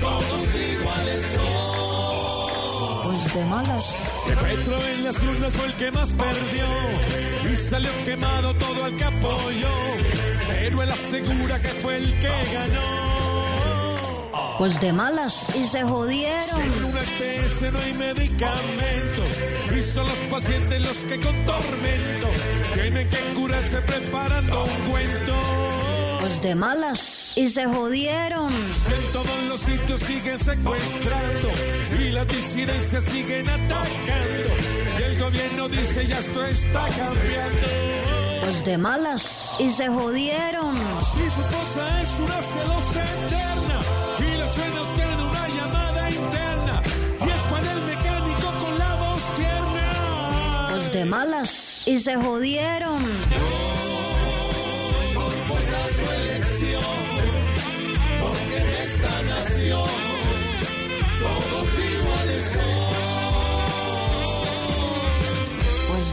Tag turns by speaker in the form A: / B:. A: todos iguales son.
B: Pues de malas.
A: Que Petro en las urnas fue el que más perdió y salió quemado todo al que apoyó, pero él asegura que fue el que ganó.
B: Pues de malas.
C: y se jodieron.
A: En una EPS E no hay medicamentos y son los pacientes los que con tormento tienen que curarse preparando un cuento.
B: Pues de malas.
C: Y se jodieron.
A: En todos los sitios siguen secuestrando y las disidencias siguen atacando. Y el gobierno dice ya esto está cambiando.
B: Pues de malas.
C: Y se jodieron.
A: Si su esposa es una celosa eterna y le suena a usted una llamada interna y es Juan el mecánico con la voz tierna.
B: Pues de malas.
C: Y se jodieron.
B: Pues